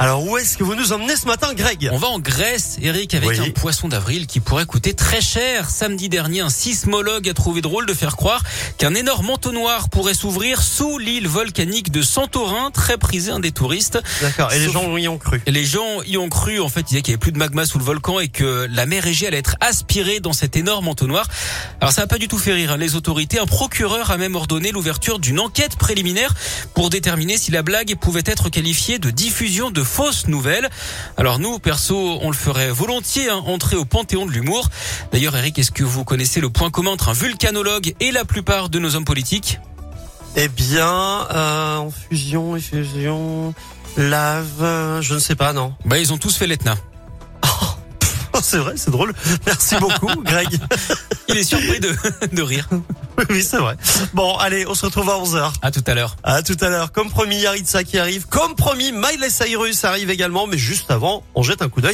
Alors où est-ce que vous nous emmenez ce matin, Greg On va en Grèce, Eric, avec Oui. un poisson d'avril qui pourrait coûter très cher. Samedi dernier, un sismologue a trouvé drôle de faire croire qu'un énorme entonnoir pourrait s'ouvrir sous l'île volcanique de Santorin, très prisée un des touristes. D'accord. Et les Sauf- gens y ont cru. Et les gens y ont cru, en fait, ils disaient qu'il n'y avait plus de magma sous le volcan et que la mer Égée allait être aspirée dans cet énorme entonnoir. Alors ça n'a pas du tout fait rire hein, les autorités. Un procureur a même ordonné l'ouverture d'une enquête préliminaire pour déterminer si la blague pouvait être qualifiée de diffusion de fausses nouvelles. Alors nous, perso, on le ferait volontiers, hein, entrer au panthéon de l'humour. D'ailleurs, Eric, est-ce que vous connaissez le point commun entre un vulcanologue et la plupart de nos hommes politiques Eh bien, euh, en fusion, effusion, lave, euh, je ne sais pas, non. Bah, ils ont tous fait l'Etna. Oh, c'est vrai, c'est drôle. Merci beaucoup, Greg. Il est surpris de, de rire. Oui, oui, c'est vrai. Bon, allez, on se retrouve à 11h. À tout à l'heure. À tout à l'heure. Comme promis, Yaritza qui arrive. Comme promis, Miley Cyrus arrive également. Mais juste avant, on jette un coup d'œil.